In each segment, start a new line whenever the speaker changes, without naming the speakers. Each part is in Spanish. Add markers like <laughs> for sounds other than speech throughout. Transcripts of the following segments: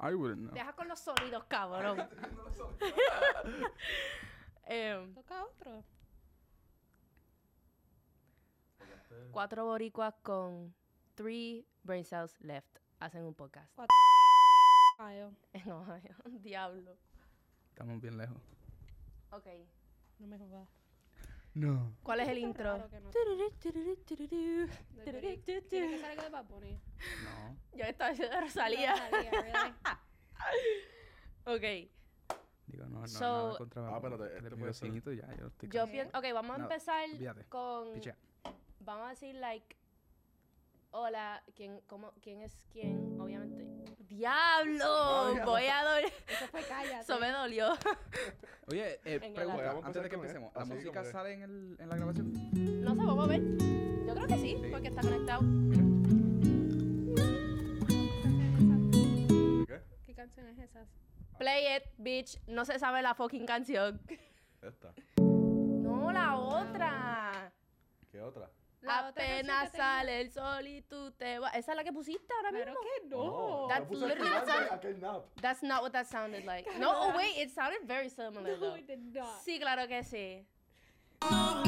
I wouldn't know.
Deja con los sonidos,
<laughs>
cabrón. <laughs> Em,
Toca otro.
cuatro boricuas con three brain cells left hacen un podcast <laughs>
Ohio.
en Ohio. <laughs> Diablo.
Estamos bien lejos.
Ok.
No me jodas.
No.
¿Cuál es el intro?
Claro que no.
Tururú, tururú, tururú, tururú,
¿Quieres
tururú.
que salga de Bad Bunny?
No.
Yo estaba haciendo de Rosalía.
Rosalía, really.
Ok.
Digo, no, no,
So-
nada contra
Ah, espérate,
Te
este
le
puede
pido
ser.
cinito y ya, yo estoy
Yo
cansado.
pienso. Ok, vamos a
Nada,
empezar
olvídate.
con.
Pichea.
Vamos a decir, like. Hola, ¿quién, cómo, ¿quién es quién? Obviamente. ¡Diablo!
Diablo.
Voy a doler.
Eso fue cállate.
Eso me dolió.
Oye, eh,
el
pregunta,
álbum.
antes de que
Vamos a empezar
empecemos, ¿la
con esto, así
música
como que-
sale en, el, en la grabación?
No sé, vamos a ver. Yo creo que sí,
Sí.
porque está conectado.
¿Qué?
¿Qué canción es esa? Eso
Play it, bitch. No se sabe la fucking canción.
Esta.
No, la otra.
¿Qué otra?
La otra canción que
Apenas
tenía.
sale el sol y tú te vas. Esa es la que pusiste ahora mismo.
Claro que no.
Oh,
That's
yo puse el
literally
final de
what's
aquel nap.
That's not what that sounded like. No, oh, wait, it sounded very similar
No,
though.
it did not.
Sí, claro que sí.
I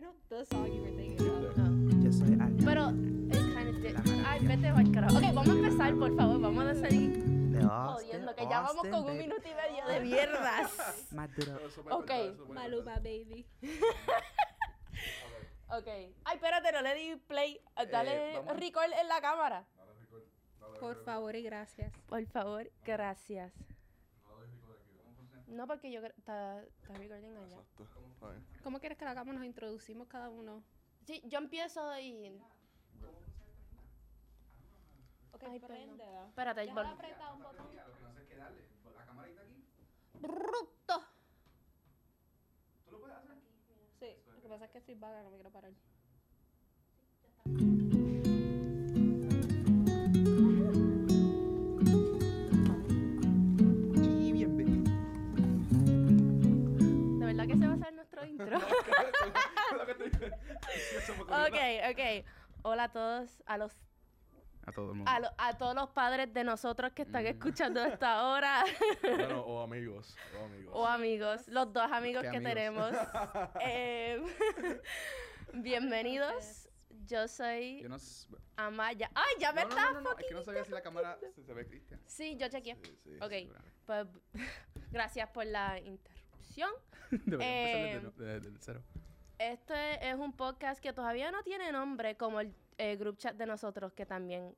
know the song you were thinking of.
Yo soy alta,
Pero it kind of did. Ay, vete al carajo. Ok, vamos a empezar, por favor. Vamos a salir
de
jodiendo, que ya vamos con un minuto y medio de mierdas.
Más duro.
Eso
Ok.
corta, eso puede
Maluma,
cortar.
baby.
Ok. Ay, espérate, no le di play.
Eh,
Dale
vamos.
record en la cámara.
Por favor y gracias.
Por favor, gracias. No, porque yo creo- está, está recording allá.
Exacto. Está bien.
¿Cómo quieres que lo hagamos? Nos introducimos cada uno.
Sí, yo empiezo y.
Ok,
Ay,
prende.
Espérate,
Déjala
vol-
apretar un botón.
Lo que no sé es qué darle. Pues, La camarita aquí.
¡Bruto!
¿Tú lo puedes hacer?
Sí, lo que pasa es que estoy vaga, no me quiero parar.
Y bienvenido.
de verdad que se va a hacer
<laughs>
nuestro intro.
Lo
<laughs>
que te- Eso fue corriendo.
ok, ok. Hola a todos, a los
A todo el mundo.
a, lo- a todos los padres de nosotros que están
Mm.
escuchando esta
<laughs>
hora
Bueno, o amigos. O amigos.
o amigos, los dos amigos que
¿Qué amigos?
tenemos.
<laughs>
Em, <laughs> bienvenidos. Yo soy
Yo no s- no,
Amaya. ¡Ay, ya me
no,
está
no, no, no, es que no sabía si la cámara se, se ve Cristian.
Sí, yo chequeé.
Sí, sí.
<laughs>
ok, pues <laughs> gracias por la interrupción.
Debería
Em.
empezar desde, desde- desde cero.
Este es un podcast que todavía no tiene nombre, como el eh, group chat de nosotros, que también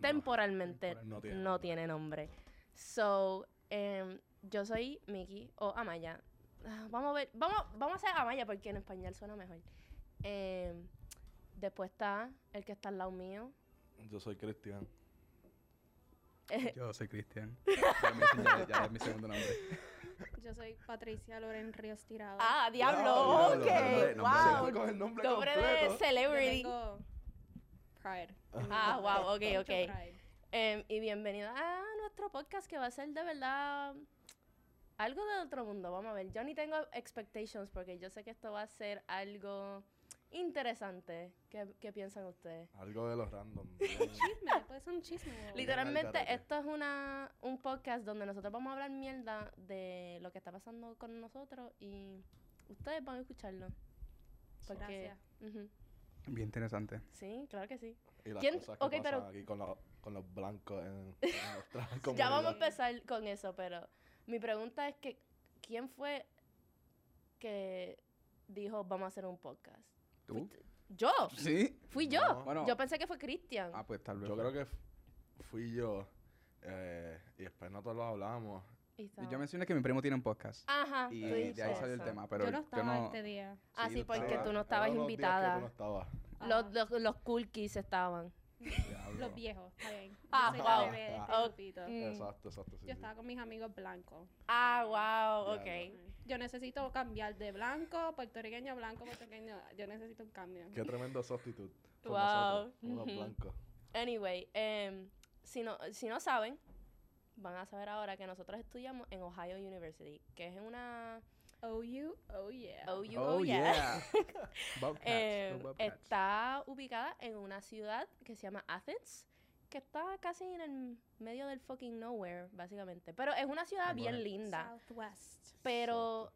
temporalmente
temporal- no
no
tiene
tiene, nombre. So, em, yo soy Miki o Amaya. Ah, Vamos a ver, vamos, vamos a hacer Amaya porque en español suena mejor. Em, después está el que está al lado mío.
Yo soy Cristian.
Yo soy Cristian. Ya me dicen- ya- ya es mi segundo nombre.
Yo soy Patricia Loren Ríos Tirado.
Ah, diablo,
Diablo,
ok,
nombre, nombre,
wow.
nombre. Con el nombre
Nombre de
completo.
Yo
celebrity.
tengo Pride.
Ah, wow, ok,
Mucho
ok.
pride.
Em, y bienvenida a nuestro podcast que va a ser de verdad algo de otro mundo. Vamos a ver, yo ni tengo expectations porque yo sé que esto va a ser algo interesante. ¿Qué, qué piensan ustedes?
Algo de
<laughs>
los random.
Chisme, pues, puede ser un chisme.
Li-
Literalmente,
garete.
esto es una, un podcast donde nosotros vamos a hablar mierda de lo que está pasando con nosotros y ustedes van a escucharlo. Porque,
Gracias.
Ujú.
Bien interesante.
Sí, claro que sí.
Y las
¿Quién-
cosas que
ok, pero-
pasan aquí con, los- con los blancos en, en nuestra
<laughs> Ya
comunidad.
vamos a empezar con eso, pero mi pregunta es que ¿quién fue que dijo vamos a hacer un podcast?
¿Tú?
Fuiste- Yo,
¿Sí?
fui yo.
No.
Bueno.
Yo pensé que fue Cristian.
Ah, pues tal vez.
Yo creo que f- fui yo. eh, y después nosotros lo hablamos.
Y estaba-
Yo mencioné que mi primo tiene un podcast.
Ajá.
Y
Ah,
de
tú
ahí
dijiste
salió el
eso.
tema, pero
yo no estaba este día.
Ah, sí,
tú
porque
estabas-
tú no estabas
eran unos días que
invitada.
tú no estabas.
Los,
Ah,
los, los cool kids estaban.
Diablo.
los viejos, está bien. Yo
Ah,
soy la
wow.
bebé de este
Ah.
grupito.
Mm.
Exacto, exacto.
Yo
sí, sí.
estaba con mis amigos blancos.
Ah, wow,
Ya,
ok.
Yo necesito cambiar de blanco, puertorriqueño, blanco, puertorriqueño. Yo necesito un cambio.
Qué tremendo sustituto. con
Wow.
nosotros, Unos
Ujú.
blancos.
Anyway, em, si, no, si no saben, van a saber ahora que nosotros estudiamos en Ohio University, que es una
Oh, you, oh, yeah.
OU,
Oh,
oh,
yeah.
yeah. <laughs>
Bobcats.
Eh,
los Bobcats.
está ubicada en una ciudad que se llama Athens, que está casi en el medio del fucking nowhere, básicamente. Pero es una ciudad bien
Bueno.
linda.
Southwest.
Pero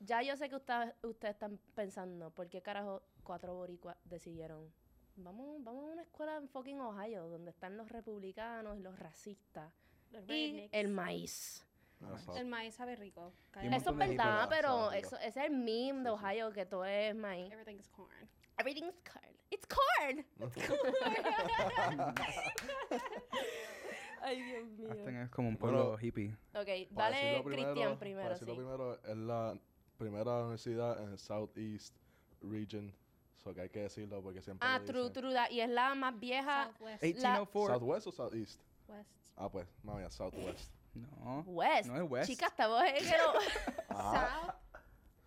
ya yo sé que ustedes ustedes están pensando, ¿por qué carajo cuatro boricuas decidieron? Vamos, vamos a una escuela en fucking Ohio, donde están los republicanos, los racistas
Los
y
rednecks.
el maíz.
Exacto.
El maíz sabe rico.
Oh. Y un
Eso es
montón de
verdad,
hippies,
pero
¿sabes?
eso- ese es el meme de
Sí, sí.
Ohio que todo es maíz.
Everything's corn.
Everything's corn. It's corn. <laughs> Ay, Dios
Aston
mío.
es como un
Bueno,
pueblo hippie.
Ok,
<laughs>
<laughs>
Para
dale
decirlo
Cristian
para
primero, sí.
decirlo primero, es la primera universidad en el Southeast Region. So que hay que decirlo porque siempre.
Ah,
lo
true,
dicen.
true. that. Y es la más vieja.
Southwest.
La-
1804.
¿Southwest o Southeast?
West.
Ah, pues, mami, ya, Southwest.
No.
West.
No es West.
Chicas, estamos en el
Ah,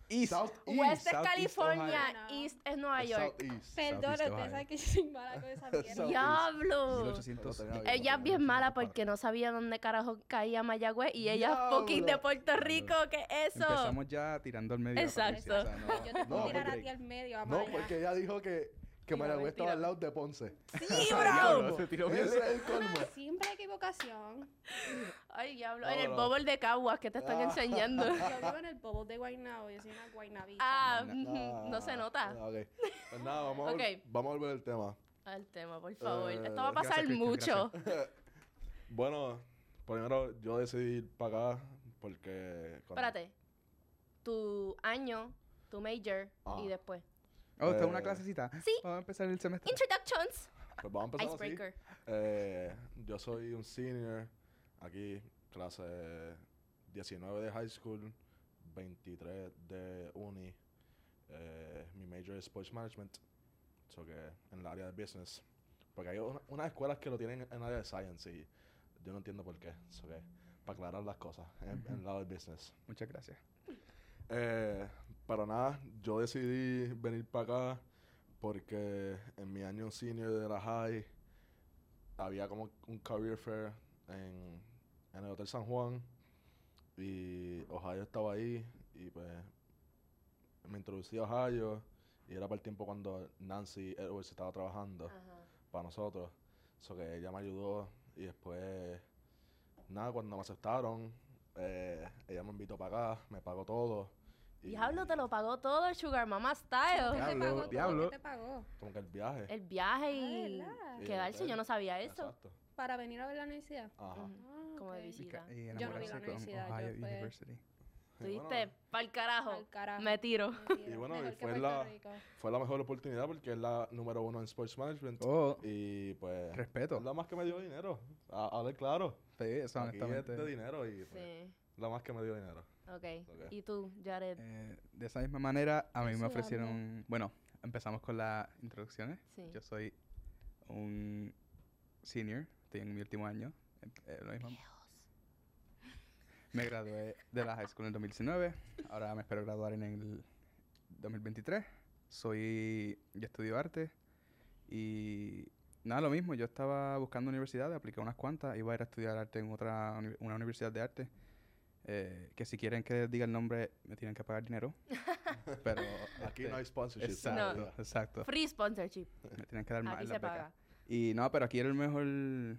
East.
Southeast.
West es
Southeast
California,
Ohio.
East es Nueva
Es
York.
Southeast.
Perdónate,
Ohio.
sabes que yo soy mala con esa
South-
mierda.
Southeast.
¡Diablo!
1800.
Ella es
Ella es bien mala porque no sabía dónde carajo caía Mayagüez y ella es fucking de
Diablo.
Puerto Rico, ¿qué es eso?
Empezamos ya tirando al medio. a
Exacto.
Patricia, o sea, no-
Yo te
no,
puedo
hay
tirar a
break.
ti al medio,
No,
Amaya.
porque ella dijo que, que
Mentira,
Mayagüez estaba
mentira.
al lado de Ponce. <laughs>
¡Sí,
Diablo,
bro!
se tiró bien.
Ese es el colmo.
Siempre hay equivocación.
Ay, diablo,
No,
en el
no.
bubble de Caguas que te están
Ah.
enseñando.
Yo vivo en el bubble de Guaynabo, yo soy una guaynabita.
Ah,
No,
ujú, no se nota.
Ah, ok. Pues nada, vamos, a vol-
Ok.
vamos a volver al tema. <laughs>
Al tema, por favor. Esto va a
gracias,
pasar
Cristian,
mucho.
Bueno, primero yo decidí ir para acá porque... cuando-
Espérate. Tu año, tu major
Ah.
y después.
Oh, está una
Eh,
clasecita.
Sí.
Vamos a empezar el semestre.
Introductions.
Pues vamos a empezar así.
Icebreaker.
Eh, yo soy un senior, aquí, clase 19 de high school, 23 de uni. Eh, mi major es Sports Management, so que en el área de business. Porque hay una- unas escuelas que lo tienen en el área de science y yo no entiendo por qué, so que para aclarar las cosas, en, en el lado del business.
Muchas gracias.
Eh, para nada, yo decidí venir para acá porque en mi año senior de la high había como un career fair en, en el Hotel San Juan y Ohio estaba ahí y pues me introducí a Ohio y era para el tiempo cuando Nancy Edwards estaba trabajando
Ajá.
para nosotros. Eso que ella me ayudó y después, nada, cuando me aceptaron, eh, ella me invitó para acá, me pagó todo. y-
Diablo, te lo pagó todo Sugar Mama
¿Qué
Style.
te
Diablo,
pagó? todo?
diablo.
¿Qué te pagó?
Como que el viaje.
El viaje y
Ah, ¿verdad?
y el
quedarse,
hotel.
yo no sabía Eh, eso.
Exacto.
Para venir a ver la universidad.
Ajá.
Ujú.
Ah,
Como de
ok.
Y
visita.
ca- y
Yo
no vi la
enamorarse eh, con
universidad, yo
Ohio
fue-
University.
Y
Tú
bueno,
dijiste, pa'l carajo,
Al carajo.
me tiro.
Mentira.
Y bueno, y
Mejor que
fue
Puerto
la-
Rico.
fue la mejor oportunidad porque es la número uno en Sports Management.
Oh,
Y pues.
respeto.
Es la más que me dio dinero. A, a ver, claro.
Sí, eso,
Aquí es de
honestamente.
dinero y pues,
Sí,
la más que me dio dinero.
ok.
Ok.
¿Y tú, Jared?
Eh, de esa misma manera, a mí me
Sudando.
ofrecieron. Bueno, empezamos con las introducciones.
Sí.
Yo soy un senior, estoy en mi último año. em- eh, lo mismo. Me gradué de la high school en 2019, ahora me espero graduar en el 2023. Soy, yo estudio arte y nada, lo mismo, yo estaba buscando universidades, apliqué unas cuantas, iba a ir a estudiar arte en otra uni- una universidad de arte, eh, que si quieren que les diga el nombre me tienen que pagar dinero, pero...
Aquí
este,
no hay sponsorship.
Exacto,
todavía.
exacto.
Free sponsorship.
Me tienen que dar más
Aquí
en
se
las becas.
paga.
Y no, pero aquí era el mejor.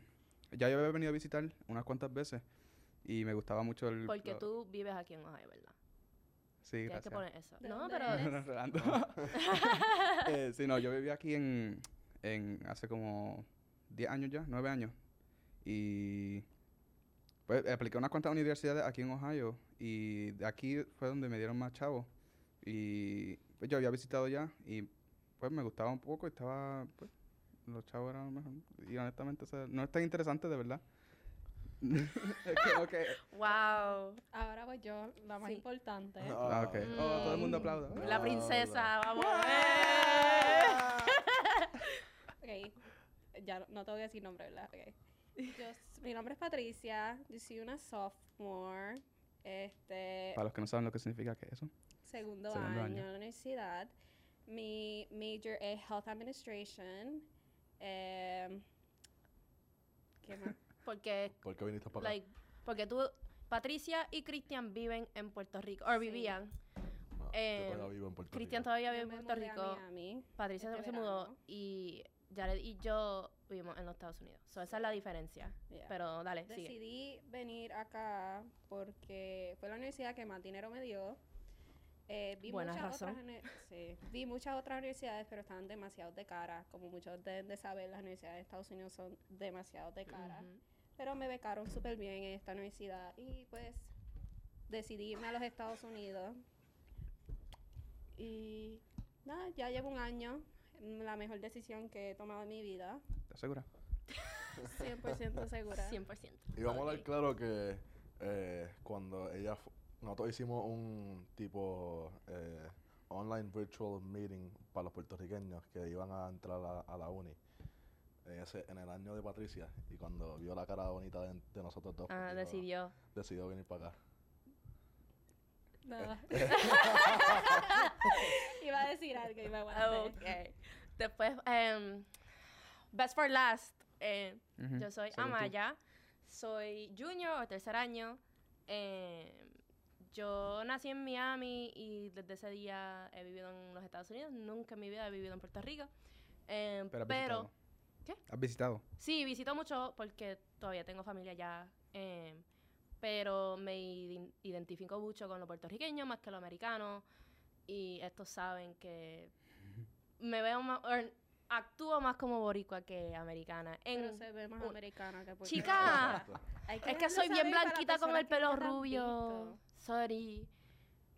Ya yo había venido a visitar unas cuantas veces y me gustaba mucho el.
Porque
lo-
tú vives aquí en Ohio, ¿verdad?
Sí,
Tienes que
gracias.
poner eso.
¿De
No,
dónde
pero...
eres?
<laughs> No, relajando. Eh, sí, no, yo viví aquí en, en hace como 10 años ya, 9 años. Y pues apliqué a unas cuantas universidades aquí en Ohio y de aquí fue donde me dieron más chavos. Y pues, yo había visitado ya y pues me gustaba un poco, estaba, pues los chavos eran lo mejor. Y honestamente, o sea, no es tan interesante de verdad. <laughs> Es que, ok.
¡Wow!
Ahora voy yo, la más
Sí.
importante.
Ah, ok. Oh, todo el mundo
Mm.
aplauda.
La
Ah,
princesa, vamos. ¡Eh!
Ok, ya no, no tengo que decir nombre, ¿verdad? Ok. Yo s- mi nombre es Patricia, yo soy una sophomore, este,
Para los que no saben lo que significa que eso.
segundo,
segundo
año,
año.
en la universidad. Mi major es Health Administration. em, ¿Qué más?
Porque,
¿Por qué viniste para acá?
like, porque tú, Patricia y Cristian viven en Puerto Rico, o
Sí.
vivían.
No, yo
eh,
todavía vivo en Puerto
Cristian
Rico.
todavía
Yo
vive en
me
Puerto
mudé a
Rico,
Miami.
Patricia
este
se mudó
verano.
y Jared y yo vivimos en los Estados Unidos. So, esa es la diferencia.
Yeah.
Pero dale, sigue.
Decidí venir acá porque fue la universidad que más dinero me dio. Eh, vi,
Buena
muchas
razón.
Otras, uni- sí, vi muchas otras universidades, pero estaban demasiado de cara. Como muchos deben de saber, las universidades de Estados Unidos son demasiado de cara.
Ujú.
Pero me becaron súper bien en esta universidad y pues decidí irme a los Estados Unidos. Y nada, ya llevo un año. La mejor decisión que he tomado en mi vida.
¿Estás segura?
100%
<laughs>
segura.
100%.
Y vamos a
Ok.
hablar claro que eh, cuando ella... fu- Nosotros hicimos un tipo eh, online virtual meeting para los puertorriqueños que iban a entrar a, a la uni. En, ese, en el año de Patricia. Y cuando vio la cara bonita de, de nosotros dos, pues
Ah,
dijo,
decidió.
decidió venir para acá.
<laughs>
Nada. <laughs> iba a decir algo y me aguanté.
Ok. Después, em, best for last. eh,
Ujú.
Yo soy
Según tú.
Amaya, soy junior o tercer año. eh, yo nací en Miami y desde ese día he vivido en los Estados Unidos. Nunca en mi vida he vivido en Puerto Rico. eh,
Pero,
pero
has visitado.
¿Qué?
¿Has visitado?
sí, visito mucho porque todavía tengo familia allá. eh, pero me iden- identifico mucho con lo puertorriqueño más que lo americano. Y estos saben
<laughs>
que me veo más, or- actúo más como boricua que americana. En,
Pero se ve más
un-
americana que por
Chica.
Exacto.
Es que soy bien blanquita con el pelo rubio. Sorry.
Bien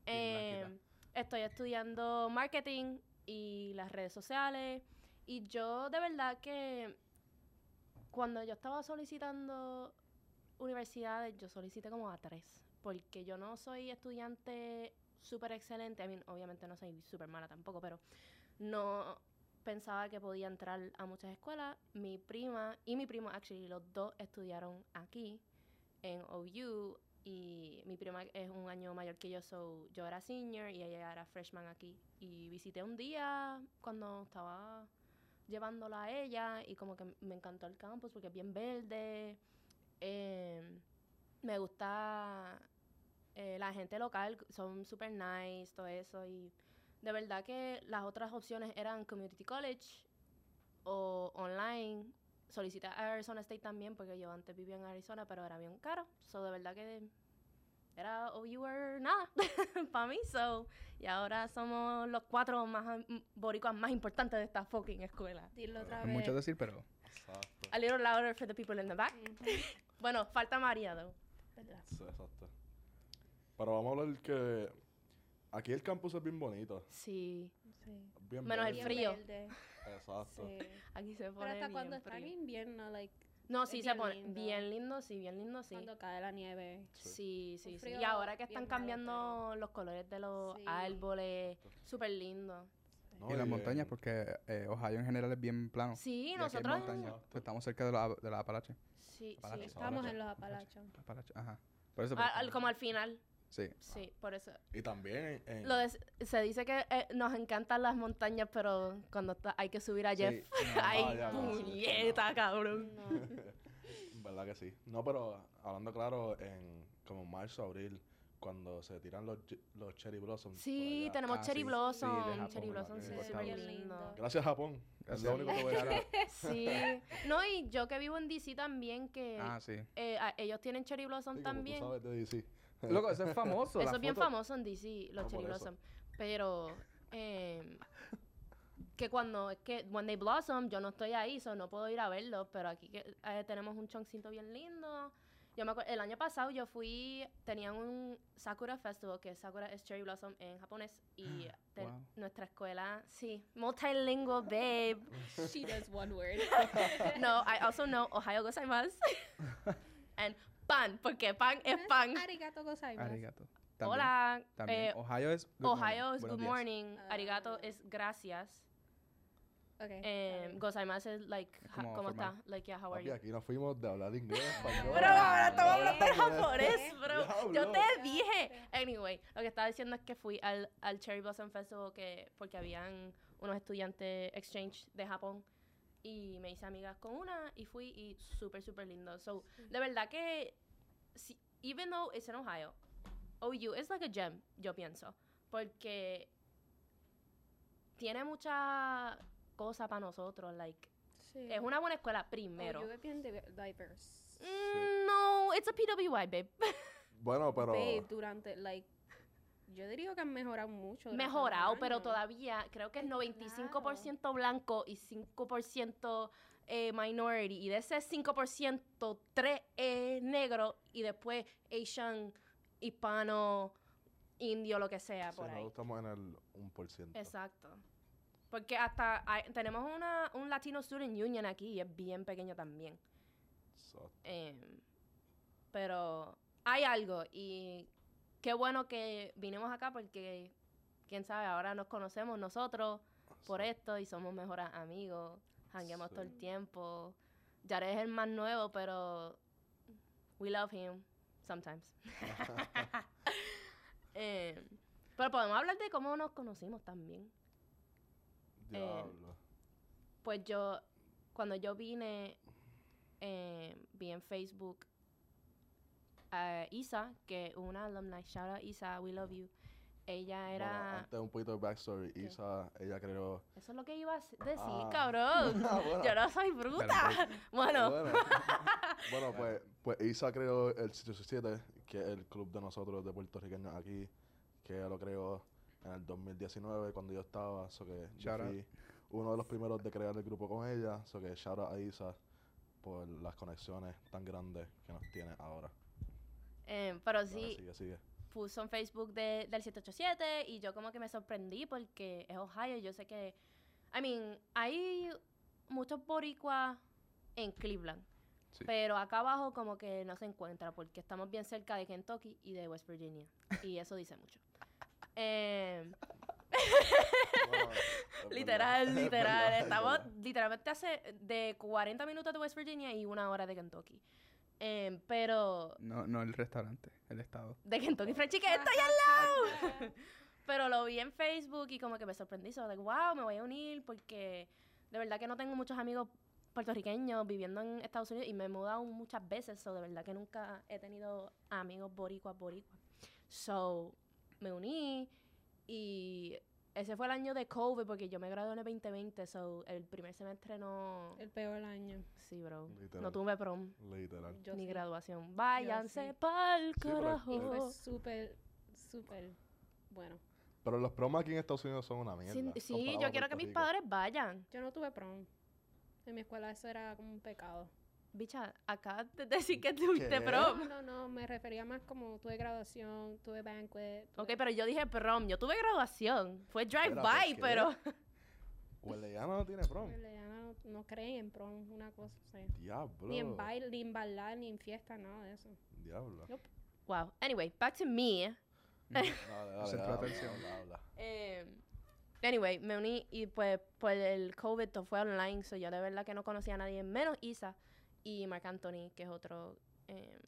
Eh,
blanquita.
estoy estudiando marketing y las redes sociales. Y yo de verdad que cuando yo estaba solicitando universidades, yo solicité como a tres. Porque yo no soy estudiante súper excelente. I mean, obviamente no soy súper mala tampoco, pero no pensaba que podía entrar a muchas escuelas. Mi prima y mi primo, actually, los dos estudiaron aquí en OU y mi prima es un año mayor que yo, so yo era senior y ella era freshman aquí. Y visité un día cuando estaba llevándola a ella y como que me encantó el campus porque es bien verde. Eh, me gusta eh, la gente local, son super nice, todo eso. Y de verdad que las otras opciones eran community college o online. Solicité a Arizona State también porque yo antes vivía en Arizona, pero era bien caro. So de verdad que era o you were nada <laughs> para mí. So, y ahora somos los cuatro más mm, boricuas más importantes de esta fucking escuela.
Dilo otra
Es
vez.
mucho decir, pero
Exacto.
A little louder for the people in the back.
Ujú,
Bueno, falta María, though.
¿verdad?
Sí, exacto. Pero vamos a hablar que aquí el campus es bien bonito.
Sí,
Sí.
Bien
Menos el
verde.
Bien
frío.
verde,
Exacto.
sí.
aquí se
Pero
pone
hasta
bien
cuando está en
frío.
invierno, like,
No,
es
sí se
bien
pone
lindo.
bien lindo, sí, bien lindo, sí.
cuando cae la nieve.
Sí, sí, sí. Y
frío
ahora que
bien
están
raro,
cambiando los colores de los
Sí.
árboles, súper lindo.
No,
Y en las
y,
montañas,
eh,
porque eh, Ohio en general es bien plano.
Sí,
ya que hay
nosotros.
montañas, pues estamos cerca de los de la Apalache.
Sí, sí,
Apalaches,
estamos
Estamos
Apalaches.
en los Apalachos.
Apalache, ajá. Por eso.
a-
porque-
Ah, al- como al final.
Sí.
Sí, por eso.
Y también en,
Lo de- se dice que eh, nos encantan las montañas, pero cuando está- hay que subir a
Sí,
Jeff,
no,
¡ay,
Ah, ya, no, sí,
puñeta,
no.
cabrón!
No,
en verdad que sí. No, pero hablando claro, en como marzo, abril, cuando se tiran los, ye- los cherry blossoms. por
Sí,
allá.
tenemos
Ah,
Cherry
sí, sí, de
Blossom.
Japón,
cherry
¿verdad?
Blossom
Es
sí,
importante.
súper
Bien
lindo.
<laughs>
lindo.
Gracias Japón. Es
Gracias.
lo único que
<laughs>
voy a decir.
Sí. No, y yo que vivo en DC también, que
Ah, sí.
<laughs> eh, a- ellos tienen Cherry Blossom
Sí, como tú
también.
sabes de DC.
<laughs> Loco, eso es famoso.
Eso
la
es bien
foto- Ah,
famoso en DC, los
No, por
cherry
eso.
blossom. Pero em, que cuando es que when they blossom, yo no estoy ahí, so no puedo ir a verlos. Pero aquí que, eh, tenemos un choncito bien lindo. Yo me acuer- el año pasado yo fui, tenían un Sakura Festival, que Sakura es Cherry Blossom en japonés,
<gasps>
y te-
Wow.
nuestra escuela, sí, multilingual, babe.
She does one word.
No, I also know
<laughs>
Ohio gozaimasu. And pan, porque pan es pan.
Arigato gozaimasu.
Arigato. También-
Hola,
También.
eh,
Ohio es. good morning.
Ohio is
Buenos
good
días.
morning.
Ah.
Arigato es gracias.
Ok,
Eh, gozaimasu es like,
Es
ja-
como
¿cómo
formal.
está? Like, yeah, how are
Papi,
you?
aquí nos fuimos de hablar
<laughs>
inglés, español.
Pero ahora estamos hablando de
japonés,
japonés, bro. Yo te
Diablo.
dije. Anyway, lo que estaba diciendo es que fui al, al Cherry Blossom Festival que, porque habían unos estudiantes exchange de Japón y me hice amigas con una y fui y súper, súper lindo. So, de verdad que, si- even though it's in Ohio, OU es like a gem, yo pienso, porque tiene mucha cosa para nosotros, like,
Sí.
Es una buena escuela
Oh,
primero.
UVP and div- diverse.
Mm, no, it's a PWI, babe. <laughs>
Bueno, pero.
Babe, durante, like, yo diría que han mejorado mucho. durante los
Mejorado, pero
años.
todavía creo que es
Ay,
95% blanco y 5% eh, minority. Y de ese 5%, 3 es negro y después Asian, hispano, indio, lo que sea
sí,
por ahí.
nosotros estamos en el 1%.
Exacto. Porque hasta hay- tenemos una, un Latino Student Union aquí y es bien pequeño también.
Exacto.
Em, pero hay algo y qué bueno que vinimos acá porque, quién sabe, ahora nos conocemos nosotros por este,
Exacto.
esto y somos mejores amigos, jangueamos todo el
Sí.
tiempo. Jared es el más nuevo, pero we love him sometimes. <laughs> Em, pero podemos hablar de cómo nos conocimos también.
Diablo.
Pues yo, cuando yo vine, eh, vi en Facebook a Isa, que una alumna, shout out Isa, we love you. Ella
Bueno,
era...
antes un poquito de backstory. Isa, ella creó.
Eso es lo que iba a s- decir,
<laughs> Ah.
cabrón.
Bueno,
Yo no soy bruta. Bueno, <laughs>
Bueno, Bueno, pues, pues Isa creó el 767, que es el club de nosotros de puertorriqueños aquí, que ella lo creó en el 2019 cuando yo estaba, so que yo
Shout out.
fui uno de los primeros de crear el grupo con ella, so que shout out a Isa por las conexiones tan grandes que nos tiene ahora.
eh, pero
Dale,
sí,
Sigue, sigue.
puso en Facebook de- del 787 y yo como que me sorprendí porque es Ohio y yo sé que, I mean, hay muchos boricuas en Cleveland,
Sí.
pero acá abajo como que no se encuentra porque estamos bien cerca de Kentucky y de West Virginia y eso dice mucho. <laughs> Em,
Wow, es verdad,
<laughs> literal,
es
literal,
verdad, es
estamos
verdad.
literalmente hace de 40 minutos de West Virginia y una hora de Kentucky. Em, pero
No, no el restaurante, el estado.
de Kentucky Fried Chicken está allá al lado. <laughs> Pero lo vi en Facebook y como que me sorprendí. So, like, wow, me voy a unir porque de verdad que no tengo muchos amigos puertorriqueños viviendo en Estados Unidos y me he mudado muchas veces. So, de verdad que nunca he tenido amigos boricuas, boricuas. So, me uní y ese fue el año de COVID porque yo me gradué en el 2020. So, el primer semestre no...
El peor año.
Sí, bro. No
Literal.
tuve prom
Literal.
Yo
ni
sí.
graduación. Váyanse
sí.
pa'l
pero-
carajo.
Y fue súper, súper bueno.
Pero los promos aquí en Estados Unidos son una mierda.
Sí, sí,
comparado
yo
a
quiero
Puerto
que mis
Rico.
padres vayan.
Yo no tuve prom. En mi escuela eso era como un pecado.
Bicha, acabas de decir que tuviste
¿Qué?
prom.
No, no, no, me refería más como tuve graduación, tuve banquet.
Ok,
tuve-
pero yo dije prom. Yo tuve graduación. Fue drive-by,
Espérate, pues, ¿qué?
pero... <laughs>
Hueleana no tiene prom.
En realidad No, no creen en prom, una cosa así.
Diablo.
Ni en baile, ni en bailar, ni en fiesta, nada de eso.
Diablo.
Wow. Anyway, back to me.
Dale,
Centro de
dale,
atención.
habla, habla. <laughs>
Eh, anyway, me uní y pues por el COVID todo fue online. So yo de verdad que no conocía a nadie, menos Isa y Marc Anthony, que es otro... eh,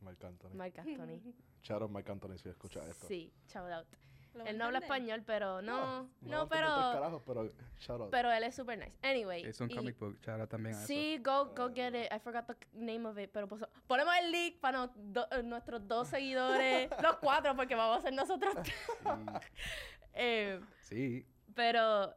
Marc Anthony.
Marc Anthony.
Shout out Marc Anthony si escucha esto.
Sí, shout out.
<laughs> ¿Lo
Él no habla
entienden?
español, pero no... No,
entiendo tres
pero...
carajos, pero shout out.
Pero él es super nice. Anyway.
Es un
y-
comic book, chara también a eso.
Sí, go, go get it. I forgot the c- name of it. Pero pues, ponemos el link para no- do- eh, nuestros dos seguidores, los cuatro, porque vamos a ser nosotros. tres. Eh,
Sí,
pero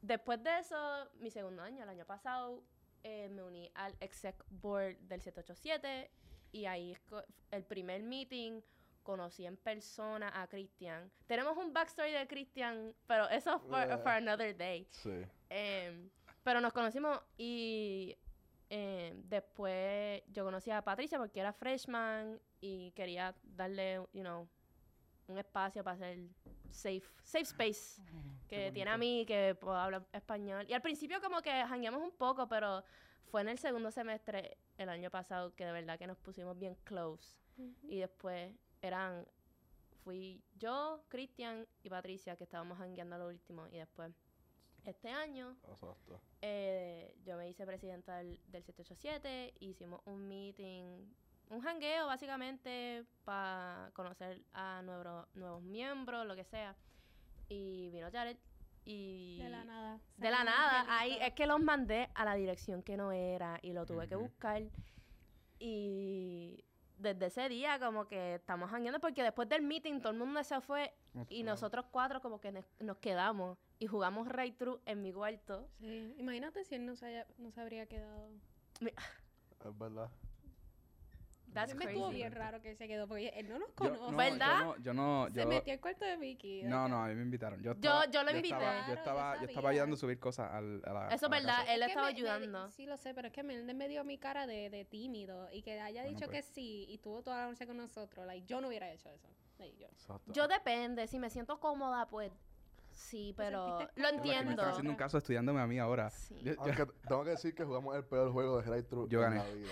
después de eso, mi segundo año, el año pasado, eh, me uní al exec board del 787 y ahí es co- el primer meeting conocí en persona a Christian. Tenemos un backstory de Christian, pero eso es for, for another day.
Sí.
Em, pero nos conocimos y em, después yo conocí a Patricia porque era freshman y quería darle, you know, un espacio para hacer safe, safe space
Ah,
que tiene a mí, que puedo hablar español. Y al principio como que jangueamos un poco, pero fue en el segundo semestre el año pasado que de verdad que nos pusimos bien close.
Ujú.
Y después eran, fui yo, Cristian y Patricia que estábamos jangueando lo último. Y después, este año,
Exacto.
eh, yo me hice presidenta del, del 787, hicimos un meeting, un jangueo básicamente para conocer a nuevos nuevos miembros, lo que sea. Y vino Jared y...
De la nada.
De la
salió un
nada, ahí
angelito.
es que los mandé a la dirección que no era y lo tuve que
Ujú.
buscar. Y desde ese día como que estamos jangueando porque después del meeting todo el mundo se fue y nosotros cuatro como que ne- nos quedamos y jugamos Ray True en mi cuarto.
Sí, imagínate si él no se, haya- no se habría quedado.
Es verdad.
That's
Me estuvo
crazy.
bien raro que se quedó porque él no nos
Yo-
conoce.
no,
¿Verdad?
Yo no, yo no,
Se
yo-
metió el cuarto de Vicky.
no, no, a mí me invitaron. Yo,
Yo-
estaba-
yo lo invité.
Estaba, yo
Claro,
estaba,
yo
yo estaba
sabía.
ayudando a subir cosas al, a la.
Eso
a
es
la
verdad,
casa.
él
Es que
estaba
me- me di-
ayudando.
sí, lo sé, pero es que Meléndez me dio mi cara de, de tímido y que haya
Bueno,
dicho
pues.
que sí y tuvo toda la noche con nosotros. Like, yo no hubiera hecho eso. Like, yo.
Exacto.
Yo depende, si me siento cómoda pues sí, pero lo
sentiste cómoda?
Como que Me
entiendo.
están haciendo un caso estudiándome a mí ahora.
Sí.
Yo- yo-
Aunque tengo Ah, que decir que jugamos el peor juego de Ray True
Yo
en
gané.
la vida.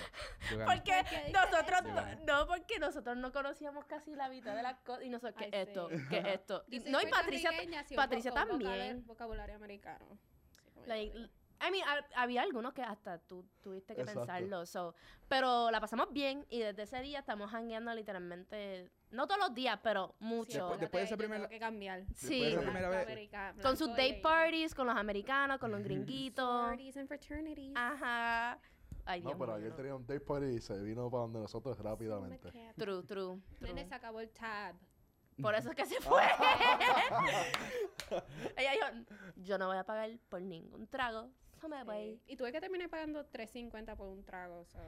yo gané.
Porque
¿Por qué dices
nosotros
eso?
no, no, porque nosotros no conocíamos casi la mitad de las cosas y nosotros
Ay,
qué
sí.
es esto, qué es esto.
<laughs> Yo
Y-
soy
no y Patricia
puertorriqueña, sí, un
Patricia
poco- un vocabula-
también.
vocabulario americano. Sí, como yo
Like,
digo.
I mean, hab- había algunos que hasta tú tuviste que
Exacto.
pensarlo. so, pero la pasamos bien y desde ese día estamos hangueando literalmente, no todos los días, pero mucho.
Después-
Yo
después de ese
te- yo
primer-
tengo que cambiar.
Sí. de esa
primera vez-
Americano,
con sus
blanco y
day parties, con los americanos, con los
Ujú.
gringuitos.
sororities and fraternities.
Ajá. Ay, Dios
No, pero
mío,
ayer
no.
tenía un day party y se vino para donde nosotros
Sí, me
rápidamente.
quedo.
True, true. true.
Nene se acabó el tab.
Por eso es que
<laughs>
se fue. Ella dijo, yo no voy a pagar por ningún trago. So me voy".
Sí. Eh, Y tuve que terminar pagando 3.50 por un trago. So.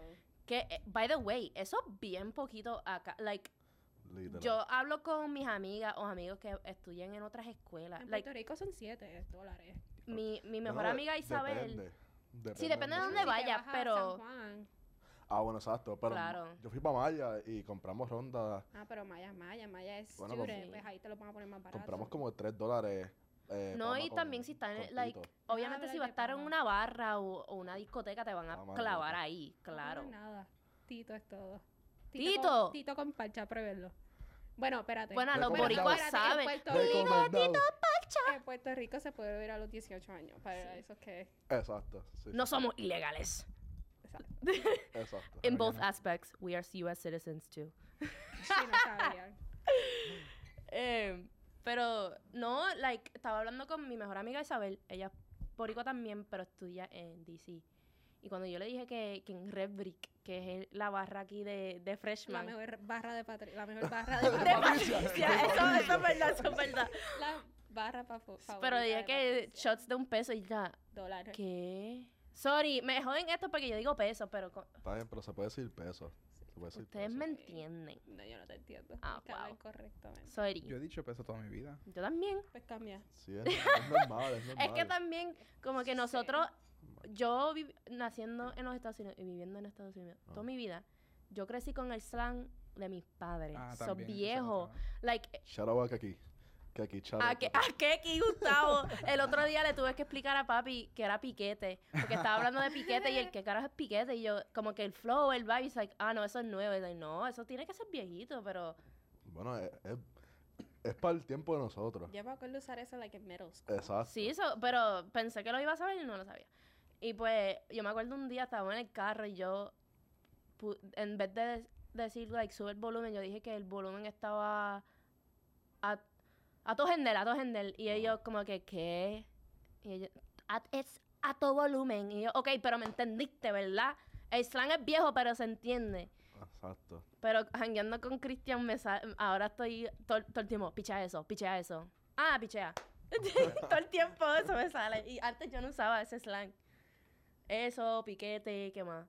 Que, eh, by the way, eso es bien poquito acá. Like,
Literal.
Yo hablo con mis amigas o amigos que estudian en otras escuelas.
En
Ah, Like,
Puerto Rico son 7 dólares.
mi, mi
No,
mejor
no,
amiga Isabel.
Depende.
Sí, depende de
mucho.
dónde
Si te
vayas,
vas a
pero-
San Juan.
Ah, bueno, exacto. Pero
Claro.
yo fui para Maya y compramos ronda.
Ah, pero Maya, Maya, Maya es
Bueno,
student,
comp-
pues ahí te lo van a poner más barato.
Compramos como 3 dólares. eh,
No,
Palma
y
con-
también si están,
con
en, like,
Tito.
obviamente
verdad
si va a
que
estar en
pagan.
una barra o, o una discoteca te van a
Ah, mano,
clavar
loco.
ahí,
No, no,
claro.
nada. Tito es todo.
Tito.
Con, Tito con parcha, pruébenlo. Bueno, espérate.
Bueno, los
Recomendado.
boricuas
espérate,
saben.
En Puerto, Rico,
Recomendado.
en Puerto Rico se puede ir a los 18 años. Para esos que.
Exacto. sí,
No
sí,
somos ilegales.
Exacto.
In
Claro que
both
no.
aspects, we are US citizens too.
Sí, no sabían.
Eh, pero no, like, estaba hablando con mi mejor amiga Isabel, ella es boricua también, pero estudia en DC. Y cuando yo le dije que, que en Red Brick, que es el- la barra aquí de, de
La
freshman.
mejor barra de Patri- La mejor barra de
<laughs> De
Patricia.
Patricia, eso, eso es verdad, eso es verdad.
La barra pa favorita
Pero
de
dije que
Patricia.
shots de un peso y ya,
Dólares.
¿qué? Sorry, me joden esto porque yo digo peso, pero co-
Está bien, pero se puede decir peso. Se puede decir
ustedes
peso.
me entienden.
No, yo no te entiendo.
Ah,
Es que hablan
wow.
correctamente.
Sorry.
Yo he dicho peso toda mi vida.
Yo también.
Pues cambia.
Sí, es, es normal, es normal.
<laughs> Es que también, como que
Sí.
nosotros, yo vivi- naciendo en los Estados Unidos y viviendo en Estados Unidos toda
Ah.
mi vida, yo crecí con el slang de mis padres.
Ah,
Son
también, esa es
viejos.
otra.
Like,
Shout out a Kaki. Kaki, shout
a
out,
Ah, que,
Kaki.
a Keki Gustavo, el otro día le tuve que explicar a papi que era piquete, porque estaba hablando de piquete y el que carajo es piquete, y yo, como que el flow, el vibe, es like, ah, no, eso es nuevo. Y like, no, eso tiene que ser viejito, pero
Bueno, es, es, es para el tiempo de nosotros.
Yo me acuerdo usar eso like en middle school.
Exacto.
Sí, eso, pero pensé que lo iba a saber y no lo sabía. Y pues yo me acuerdo un día estaba en el carro y yo, pu- en vez de de- decir, like, sube el volumen, yo dije que el volumen estaba a, a todo gender, a todo gender. Y ellos como que, ¿qué? Y ellos, "A- es a todo volumen. Y yo, ok, pero me entendiste, ¿verdad? El slang es viejo, pero se entiende.
Exacto.
Pero jangueando con Cristian, me sa- ahora estoy todo, el- todo el tiempo, pichea eso, pichea eso. Ah, pichea. <laughs> todo el tiempo eso me sale. Y antes yo no usaba ese slang. Eso, piquete, ¿qué más?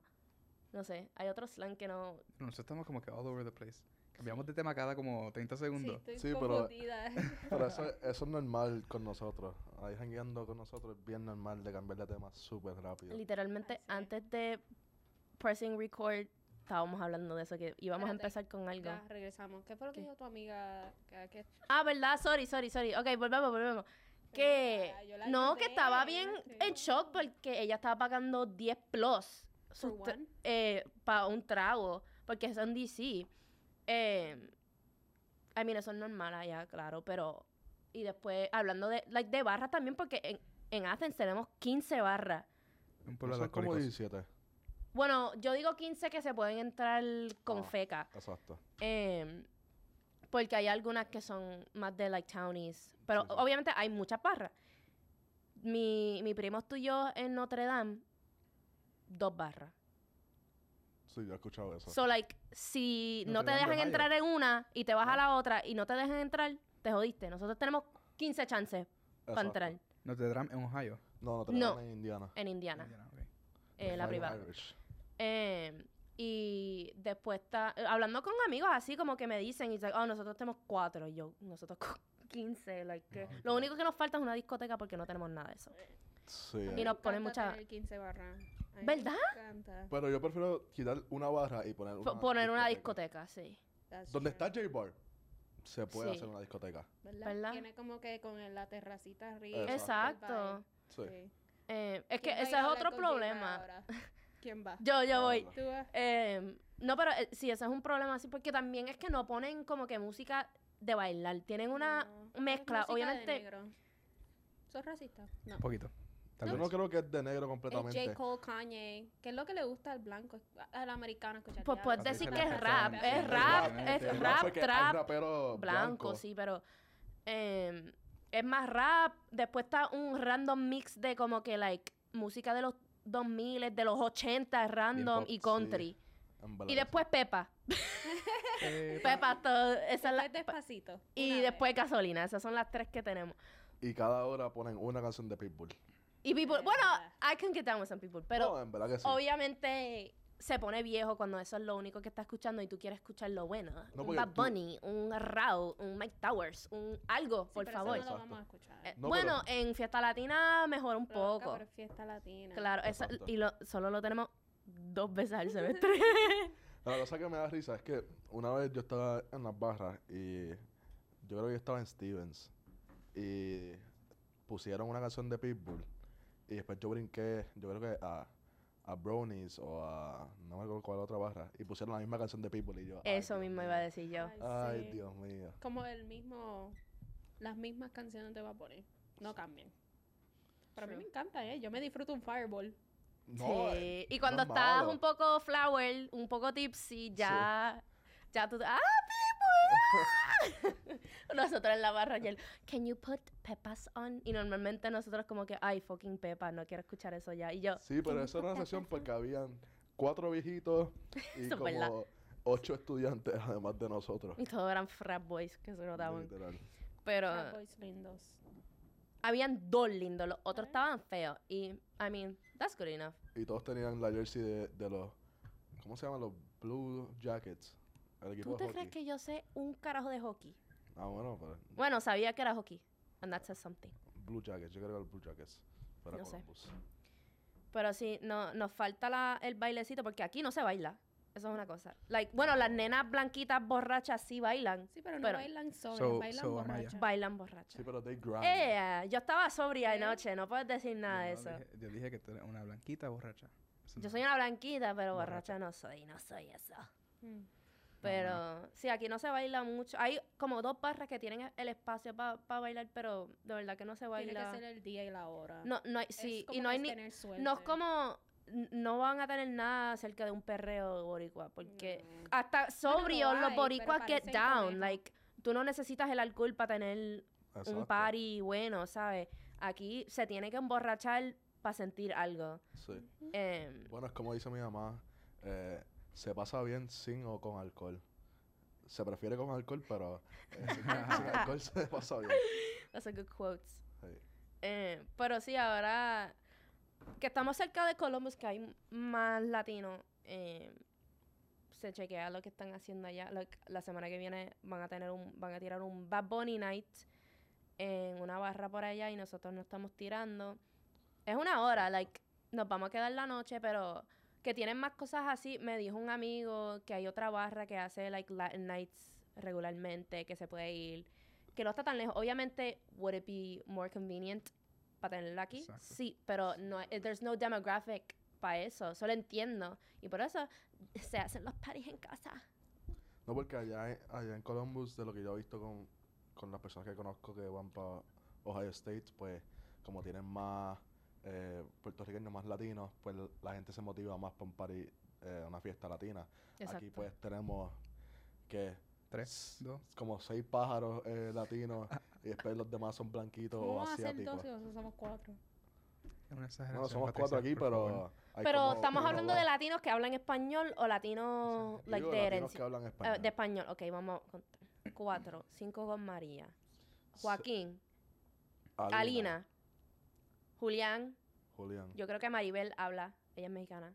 No sé, hay otro slang que no...
Pero Nosotros estamos como que all over the place. Cambiamos de tema cada como 30
Sí,
segundos.
estoy
Sí,
<laughs>
pero-
confundida.
Pero eso, eso es normal con nosotros. Ahí jangueando con nosotros es bien normal de cambiar de tema súper rápido.
Literalmente,
Así es.
antes de pressing record, estábamos hablando de eso, que íbamos a
Espérate,
empezar con algo.
Ya, regresamos. ¿Qué fue lo que
¿Qué?
dijo tu amiga? Que- que-
Ah, ¿verdad? Sorry, sorry, sorry. Ok, volvemos, volvemos. Que
Ah, yo la
no, que
ayudé,
estaba
yo la
bien
ayudé.
en shock porque ella estaba pagando 10 plus
For
sus tra-
one?
eh, para un trago, porque son DC. Eh, I mean, eso es normal allá, claro, pero. Y después, hablando de, like, de barras también, porque en, en Athens tenemos 15 barras.
Un pueblo de
Son como
alcohólicos.
17.
Bueno, yo digo 15 que se pueden entrar con
Ah.
feca.
Exacto.
em, porque hay algunas que son más de like townies. Pero
Sí, sí.
obviamente hay muchas barras. Mi, mi primo estudió en Notre Dame dos barras.
Sí, yo he escuchado eso.
So, like, si
No
no
te
te
dan de
dejan
mayo.
entrar en una y te vas a la otra y no te dejan entrar, te jodiste. Nosotros tenemos 15 chances para
Exacto.
entrar
Notre Dame en Ohio.
No, no te
No.
no. en Indiana.
en Indiana,
Indiana, ok.
eh, la
Fighting
privada.
Irish.
Eh, y después está, eh, hablando con amigos así como que me dicen, y like, oh, nosotros tenemos cuatro, y yo, nosotros con <laughs> 15, like, que-
Wow.
lo único que nos falta es una discoteca porque no tenemos nada de eso.
Sí.
Y nos ponen mucha-
muchas 15 barras. A mí
¿Verdad?
Me encanta.
Pero yo prefiero quitar una barra y poner
P-
una
poner una discoteca, sí.
That's
Donde
true.
está J-Bar, se puede
Sí.
hacer una discoteca.
¿Verdad?
¿Verdad?
Tiene como que con el- la terracita arriba.
Exacto.
Exacto. Sí.
Eh, es que
¿Quién va
ese
a ir
es
a hablar
otro
con J Balvin
problema.
ahora? ¿Quién va?
Yo, yo voy.
Habla.
Tú vas.
Eh, no, pero eh, sí, ese es un problema así, porque también es que no ponen como que música de bailar, tienen una
No, es
mezcla,
música de
obviamente.
negro. ¿Sos racista? No.
Un poquito. Tal
Yo
vez.
no
<laughs>
creo que es de negro
Es J.
completamente.
Cole, Kanye. ¿Qué es lo que le gusta al blanco? Al americano escuchar.
Pues puedes
Así
decir
se
que
la
es rap,
pasan,
es
sí,
rap,
obviamente.
es
El
rap,
porque hay
trap,
raperos
blanco,
blancos.
sí, pero eh, es más rap. Después está un random mix de como que, like, música de los 2000, de los 80, random
pop,
y
sí.
country.
En verdad
Y
que
después Pepa.
Eh,
Pepa, todo, esa es la-
Después Pues despacito. una
y
vez.
después gasolina. Esas son las tres que tenemos.
sí. Y cada hora ponen una canción de Pitbull.
Y people, bueno,
Ah.
I can get down with some people, pero
No, en verdad que sí.
obviamente se pone viejo cuando eso es lo único que está escuchando y tú quieres escuchar lo bueno.
No,
un
porque
Bad
tú-
Bunny, un Rao, un Mike Towers, un algo,
Sí,
por
pero eso
favor.
No lo
Exacto.
vamos a escuchar.
Eh,
No,
bueno, en Fiesta Latina mejora un
Pero acá
poco.
por fiesta latina.
Claro, esa-
Exacto.
y lo, solo lo tenemos dos veces al
<laughs>
semestre.
La cosa que me da risa es que una vez yo estaba en las barras y yo creo que yo estaba en Stevens y pusieron una canción de Pitbull y después yo brinqué, yo creo que a, a Brownies o a no me acuerdo cuál otra barra y pusieron la misma canción de Pitbull y yo. ay,
eso
Dios
mismo
mío.
iba a decir yo.
Ay,
Ay,
sí.
Dios mío.
Como el mismo. Las mismas canciones te va a poner. No cambian. Pero a mí
True.
me encanta, ¿eh? Yo me disfruto un fireball.
No, eh,
Sí, Y cuando
es
estás
malo.
un poco flower, un poco tipsy, ya, ya tú, ¡ah, people! <laughs> nosotros en la barra ayer, can you put pepas on? Y normalmente nosotros como que, ay, fucking pepa, no quiero escuchar eso ya. Y yo,
sí, pero
"Can
esa
you
era
put
una
pepas
sesión
on?"
porque habían cuatro viejitos y
Eso es verdad.
como ocho estudiantes además de nosotros.
Y todos eran frat boys que se notaban.
Literal.
Pero
Fat Boys lindos.
habían dos lindos, los otros
Ah.
estaban feos. Y, I mean, that's good enough.
Y todos tenían la jersey de, de los. ¿Cómo se llaman? Los Blue Jackets. El
¿Tú
equipo de
te
hockey.
crees que yo sé un carajo de hockey?
Ah, bueno, pero.
Bueno, sabía que era hockey. And that says something.
Blue Jackets. Yo creo que era el Blue Jackets. Para
No sé.
Columbus.
Pero sí, no, nos falta la- el bailecito porque aquí no se baila. Eso es una cosa. Like, bueno, las nenas blanquitas borrachas sí bailan.
Sí, pero no
Pero-
bailan sobre,
So-
bailan
so am I,
borrachas.
Bailan borrachas.
Sí, pero they grind.
Eh, yo estaba sobria
¿Eh?
anoche, no puedes decir nada de
yo
eso.
dije- yo dije que tú eres una blanquita borracha. Eso
Yo
no-
soy una blanquita, pero borracha,
Borracha.
no soy, no soy eso.
Mm.
Pero sí, aquí no se baila mucho. Hay como dos barras que tienen el espacio para bailar, pero de verdad que no se
Tiene que
baila.
ser el día y la hora.
No, no hay,
Es
sí, y
como
no hay
que
ni,
tener
No es
suerte.
como. n- No van a tener nada cerca de un perreo boricua, porque
No.
hasta sobrio
hay,
los
pero
boricuas get
parecen
down.
conejos.
Like, tú no necesitas el alcohol para tener
Exacto.
un party bueno, ¿sabes? Aquí se tiene que emborrachar para sentir algo.
Sí.
Em,
Bueno, es como dice mi mamá. eh, se pasa bien sin o con alcohol. Se prefiere con alcohol, pero eh, <laughs> sin, sin alcohol se pasa bien.
that's a good quotes.
Sí.
Em, pero sí, ahora que estamos cerca de Columbus, que hay más latinos, em, se chequea lo que están haciendo allá. Like, la semana que viene van a tener un, van a tirar un Bad Bunny Night en una barra por allá y nosotros no estamos tirando. Es una hora, like, nos vamos a quedar la noche, pero que tienen más cosas así. Me dijo un amigo que hay otra barra que hace like Latin nights regularmente, que se puede ir, que no está tan lejos. Obviamente, would it be more convenient para tenerlo aquí?
Exacto.
Sí, pero no, eh, there's no demographic para eso. Solo entiendo y por eso se hacen los parties en casa.
No, porque allá en, allá en Columbus, de lo que yo he visto con, con las personas que conozco que van para Ohio State, pues como tienen más eh, puertorriqueños, más latinos, pues la gente se motiva más para un party, eh, una fiesta latina. Aquí pues tenemos que
Tres, dos.
como seis pájaros eh, latinos y después los demás son blanquitos
¿Cómo
o
va a ser dos
asiáticos.
si nosotros somos cuatro?
Es una exageración.
Bueno, somos
Patricia,
cuatro aquí,
por favor.
pero Hay
Pero
como
estamos
uno
hablando
o
de
dos.
latinos que hablan español o latinos
Yo
like,
digo
de
latinos que
herencia.
hablan
Eh,
español.
de español, ok, vamos a contar. Cuatro, cinco con María, Joaquín,
Alina,
Alina, Julián,
Julián.
yo creo que Maribel habla, ella es mexicana.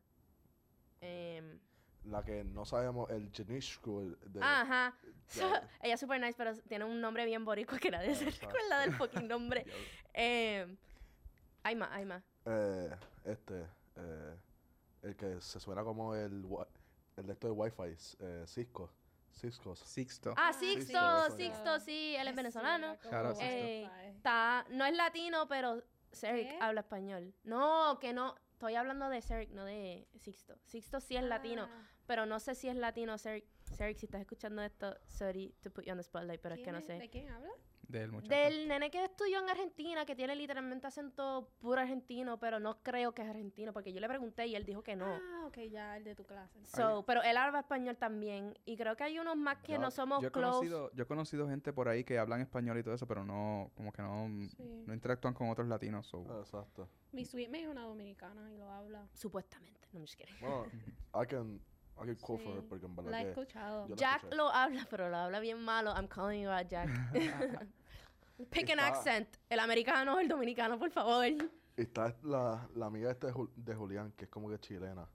Em,
La que no sabemos, el Janishku. el de-
ajá,
ya, <laughs>
<laughs>
ya.
ella es super nice, pero tiene un nombre bien boricua que nadie se
Exacto.
recuerda del fucking nombre.
Diablo.
Em, hay más, hay más.
Eh, este, eh, el que se suena como el, wi- el de esto de Wi-Fi, eh, Cisco. Cisco.
Sixto.
Ah,
Sixto,
Sixto,
venezolano.
Sixto, sí, él es venezolano.
Claro, sí,
Ey, Está, no es latino, pero Cedric
¿Qué?
habla español. No, que no. Estoy hablando de Cedric, no de Sixto. Sixto
Ah,
sí es latino, pero no sé si es latino Cedric. Cedric, si estás escuchando esto, sorry to put you on the spotlight, pero es que no sé.
¿De quién habla?
Del muchacho.
Del nene que estudió en Argentina, que tiene literalmente acento puro argentino, pero no creo que es argentino, porque yo le pregunté y él dijo que no.
Ah, ok, ya, el de tu clase.
So, pero él habla español también. Y creo que hay unos más que
Yo-
no somos
yo he
close.
Conocido, yo he conocido gente por ahí que hablan español y todo eso, pero no, como que no,
Sí.
no interactúan con otros latinos. so-
Ah, Exacto.
Mi sweetmate es una dominicana y lo habla.
Supuestamente, no me quiero.
Bueno, I can, I can call for her
Sí.
porque en verdad
La he
que-
escuchado.
yo la
Jack
escuché.
lo habla, pero lo habla bien malo. I'm calling you out,
<laughs>
Jack. <laughs> Pick an
Está-
accent. El americano o el dominicano, por favor.
Está la, la amiga este de, Jul- de Julián, que es como que chilena.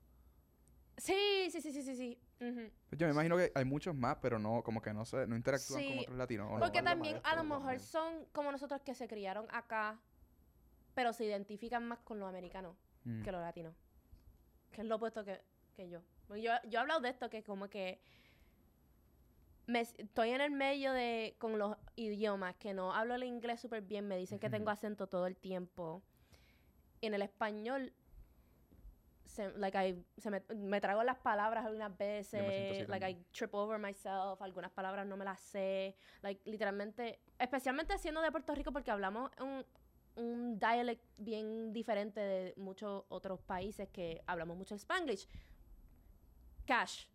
Sí, sí, sí, sí, sí. sí. Ujú.
Pues Yo me imagino que hay muchos más, pero no, como que no se, no interactúan con
Sí,
otros latinos. o no
Porque
habla
hablan.
también, a
maestro
lo mejor
también.
son como nosotros que se criaron acá, pero se identifican más con los americanos
Mm.
que los latinos. Que es lo opuesto que, que yo. Porque yo. Yo he hablado de esto que como que me, s- estoy en el medio de con los idiomas, que no hablo el inglés súper bien, me dicen que tengo
Ujú.
acento todo el tiempo. En el español, se, like I- se me, me trago las palabras algunas veces,
así
like I
también.
trip over myself, algunas palabras no me las sé, like literalmente, especialmente siendo de Puerto Rico porque hablamos un, un dialect bien diferente de muchos otros países que hablamos mucho el spanglish. Cash.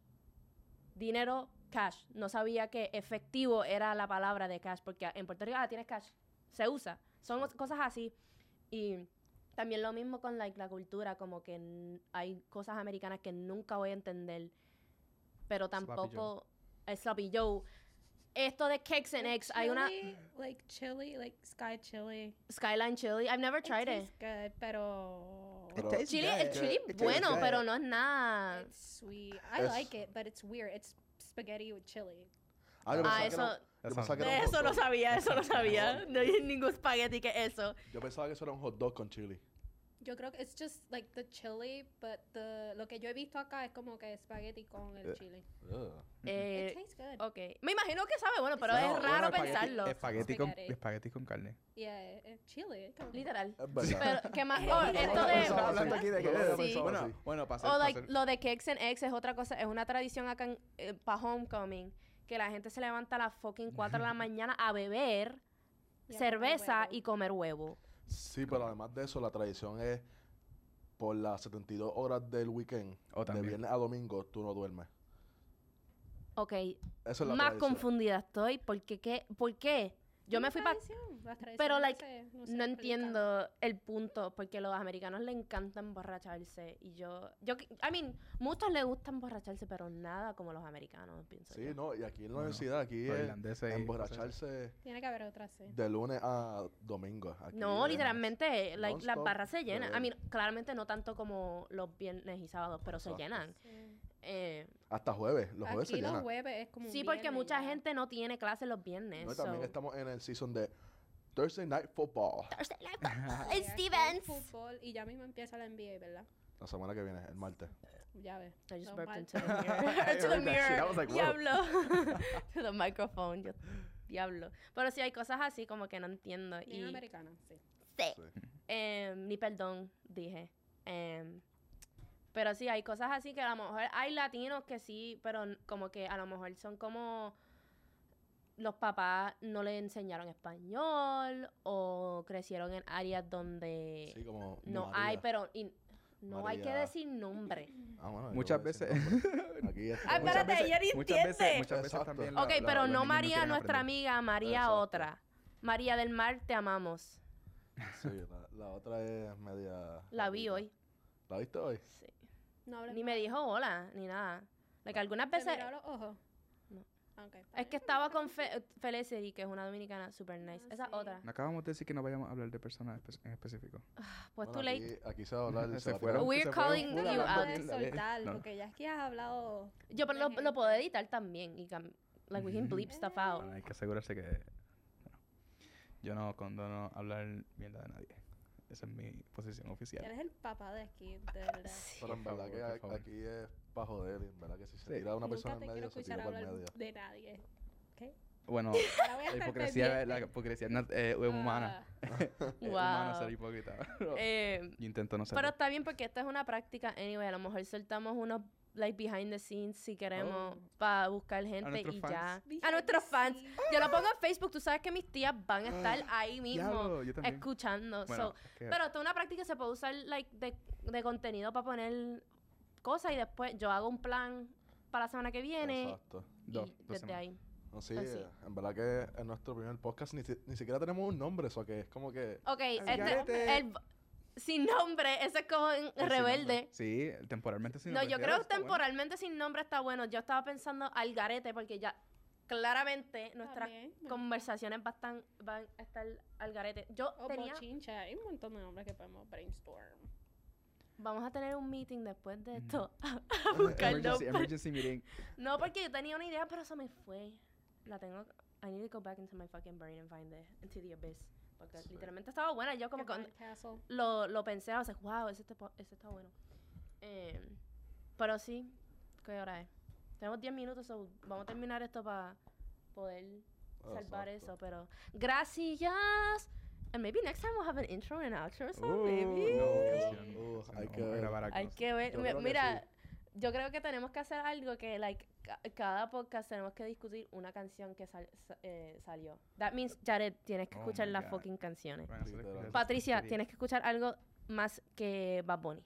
Dinero, cash. No sabía que efectivo era la palabra de cash porque en Puerto Rico, ah, tienes cash. Se usa. Son os- cosas así. Y también lo mismo con like, la cultura, como que n- hay cosas americanas que nunca voy a entender, pero
Sloppy Joe.
tampoco el sloppy Joe. Esto de cakes and eggs, hay una
Chili, Like chili, like sky chili.
Skyline chili. I've never tried it.
tastes good, pero...
Pero
tastes
Chili,
good.
el chili
It tastes
bueno,
good.
pero no es nada.
It's sweet. I
Es-
like it, but it's weird. It's spaghetti with chili.
Ah, yo
Ah,
pensaba
Ah, eso,
que era- yo
That
pensaba que
sounds
de
era un hot
eso no
dog.
sabía, eso <laughs> no sabía. No hay ningún espagueti que eso.
Yo pensaba que eso era un hot dog con chili.
Yo creo que it's just like the chili, but the, lo que yo he visto acá es como que espagueti con el
Eh.
chili.
Ugh.
Eh,
It tastes good.
ok. Me imagino que sabe bueno, pero
No,
es
mm. Bueno,
raro
bueno, espagueti-
pensarlo.
Espagueti con,
Spaghetti.
espagueti con carne.
Yeah, eh, chili. come on.
Literal.
Es verdad.
Pero, ¿qué
<laughs>
más? Oh, esto
no, no, no, no, no,
de...
no,
aquí de que-
Sí.
eh,
Sí.
Bueno, bueno, para hacer-
O
para
like,
hacer-
lo de cakes and eggs es otra cosa, es una tradición acá en, para homecoming, que la gente se levanta a las fucking 4
<laughs>
de la mañana a beber
Y a comer
cerveza
huevo.
y comer huevo.
Sí, pero además de eso, la tradición es por las 72 horas del weekend,
O
de
Oh, también.
viernes a domingo, tú no duermes.
Ok,
Eso es la
más
tradición.
confundida estoy, porque qué, ¿por qué? Yo me
Una
fui para
tradición, las
pero,
tradiciones
like,
se- se
No
explican.
entiendo el punto, porque los americanos le encanta emborracharse y yo, yo, que- I mean, muchos les gusta emborracharse, pero nada como los americanos, pienso
Sí,
yo.
no, y aquí en la
Bueno,
universidad, aquí
los
es
irlandeses y cosas así.
emborracharse
Tiene que haber otra, sí.
de lunes a domingo. Aquí eh,
No,
es-
literalmente, like, las
non-stop
barras se llenan. I
beber.
mean, claramente no tanto como los viernes y sábados, pero se
Exacto.
llenan.
Sí.
Eh,
Hasta jueves, los jueves
Aquí
se
los
llenan.
jueves es como un
sí, porque
viernes
mucha
ya.
gente no tiene clases los viernes.
No, y también
so-
estamos en el season de Thursday Night Football,
Thursday Night Football,
<laughs>
Sí,
en
aquí hay
Stevens.
Fútbol y ya mismo empieza la NBA, ¿verdad?
la semana que viene, el martes.
Ya ves.
I just
No,
burped
mal.
into the mirror.
<laughs>
heard
<laughs> to the
that shit. I
mirror.
was like, "Whoa."
Diablo. <laughs> to the microphone. Yo, diablo. Pero sí, hay cosas así como que no entiendo.
Bien
Y,
americana, sí.
Sí.
Sí.
Em, ni perdón, dije. Em, pero sí, hay cosas así que a lo mejor hay latinos que sí, pero n- como que a lo mejor son como los papás no le enseñaron español o crecieron en áreas donde
Sí, como
no
María.
hay, pero y no hay que
María.
decir nombre.
Ah, bueno, yo
Muchas
voy a decir
veces-
nombre. Aquí está.
Ay,
Muchas
espérate,
veces-
ella ni
muchas veces-
entiende.
muchas veces
Exacto.
también la-
Ok,
la-
pero
los
no
niños
María,
quieren
nuestra
aprender.
amiga, María
Exacto.
otra. María del Mar, te amamos.
Sí, la, la otra es media.
La vi
rarita.
hoy. Pues
¿La viste hoy?
Sí.
No hables
Ni
más.
me dijo hola, ni nada. Like, algunas
¿Te
veces...
miró a los ojos?
No.
Ah, ok, está
Es que
bien.
estaba con Fe- Felicity, que es una dominicana super nice.
Ah,
Esa
sí.
otra.
No acabamos de decir que no vayamos a hablar de personas espe- en específico.
Pues
Bueno,
too late.
Aquí, aquí se va a hablar
<laughs>
de
Se fueron.
We're
se fueron
calling
full
you
No
hablando
out.
de
puedes
la vida.
soltar,
No, no.
porque ya es que has hablado.
Yo pero lo,
de
lo puedo
gente.
editar también. Y cam- like, we can
Mm.
bleep stuff out.
Bueno, hay que asegurarse que. bueno, yo no condono hablar mierda de nadie. Esa es mi posición oficial.
Eres el papá de aquí, de verdad.
Pero
Por
en verdad
favor, por
que a-
favor.
aquí es para joder, en verdad que si se
Sí.
tira una
Nunca
persona
te
en
quiero
medio, se
escuchar
tira por
hablar
medio.
de nadie. ¿ok?
<laughs>
Bueno,
Ahora voy a
la
estar
hipocresía, la
pendiente. Ah,
hipocresía nat- eh,
Ah,
es humana. <laughs> Es humano
Wow.
ser hipócrita. <laughs> pero
Eh,
yo intento no ser.
pero está bien porque esta es una práctica. Anyway, a lo mejor soltamos unos like behind the scenes si queremos para buscar gente
Oh. nuestros
y
fans.
ya.
Behind
A nuestros
the
fans.
scenes.
Yo lo pongo en Facebook. Tú sabes que mis tías van a estar ahí mismo
Ah, Diablo, yo también.
escuchando.
Bueno,
So,
es que-
Pero toda una práctica se puede usar like de, de contenido para poner cosas y después yo hago un plan para la semana que viene
Exacto.
y
dos, dos
desde
semanas.
ahí.
No, sí,
Así.
eh, en verdad que en nuestro primer podcast ni, si- ni siquiera tenemos un nombre, eso que es como que...
Ok, este-
garete.
el, sin nombre, ese es como en
El sin
rebelde.
nombre. Sí, el temporalmente sin
No,
nombre.
yo
Ya,
creo que
está bueno.
temporalmente sin nombre está bueno. Yo estaba pensando al garete porque ya claramente nuestras
También, bueno.
conversaciones van, a estar- van a estar al garete. Yo
O
tenía...
bochincha, hay un montón de nombres que podemos brainstorm.
Vamos a tener un meeting después de
Ujú.
esto. <laughs> a buscar
Mm. Emergency,
nombre.
emergency
<laughs>
meeting.
No, porque yo tenía una idea, pero se me fue. La tengo. I need to go back into my fucking brain and find it. Into the abyss. Porque
Sí.
literalmente estaba buena. Yo como
Como
que
con Castle.
lo, lo pensé, I was like, wow, ese, está po- ese está bueno. Em, pero sí, ¿qué hora es? Tenemos 10 minutos, so vamos a terminar esto para poder salvar eso.
Ah, Exacto.
Pero gracias. And maybe next time we'll have an intro and outro or something,
Uh,
maybe.
no, canción.
Uh,
Sí,
hay
no, vamos
que
a
ver.
grabar algo,
Hay
no sé.
que ver.
Yo
mi-
creo que
mira, yo creo que tenemos que hacer algo que, like, ca- cada podcast tenemos que discutir una canción que sal- sa- eh, salió. That means, Jared, tienes que
Oh
escuchar
my
las
God.
fucking canciones.
Van a hacer
Literal.
cosas
Patricia,
así.
tienes que escuchar algo más que Bad Bunny.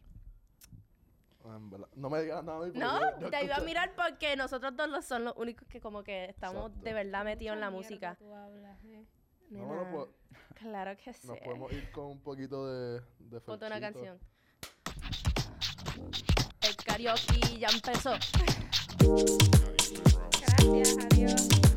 En verdad, No me digas nada a mí porque
No,
yo- yo
te iba a
escucho-
mirar porque nosotros dos los- son los únicos que como que estamos
Exacto.
de verdad metidos
metido
en la música.
Tú hablas, eh.
No, bueno,
Nena,
pues,
claro que sí.
nos podemos ir con un poquito de... de
Ponte una
felchito.
canción. El karaoke ya empezó.
Gracias, adiós.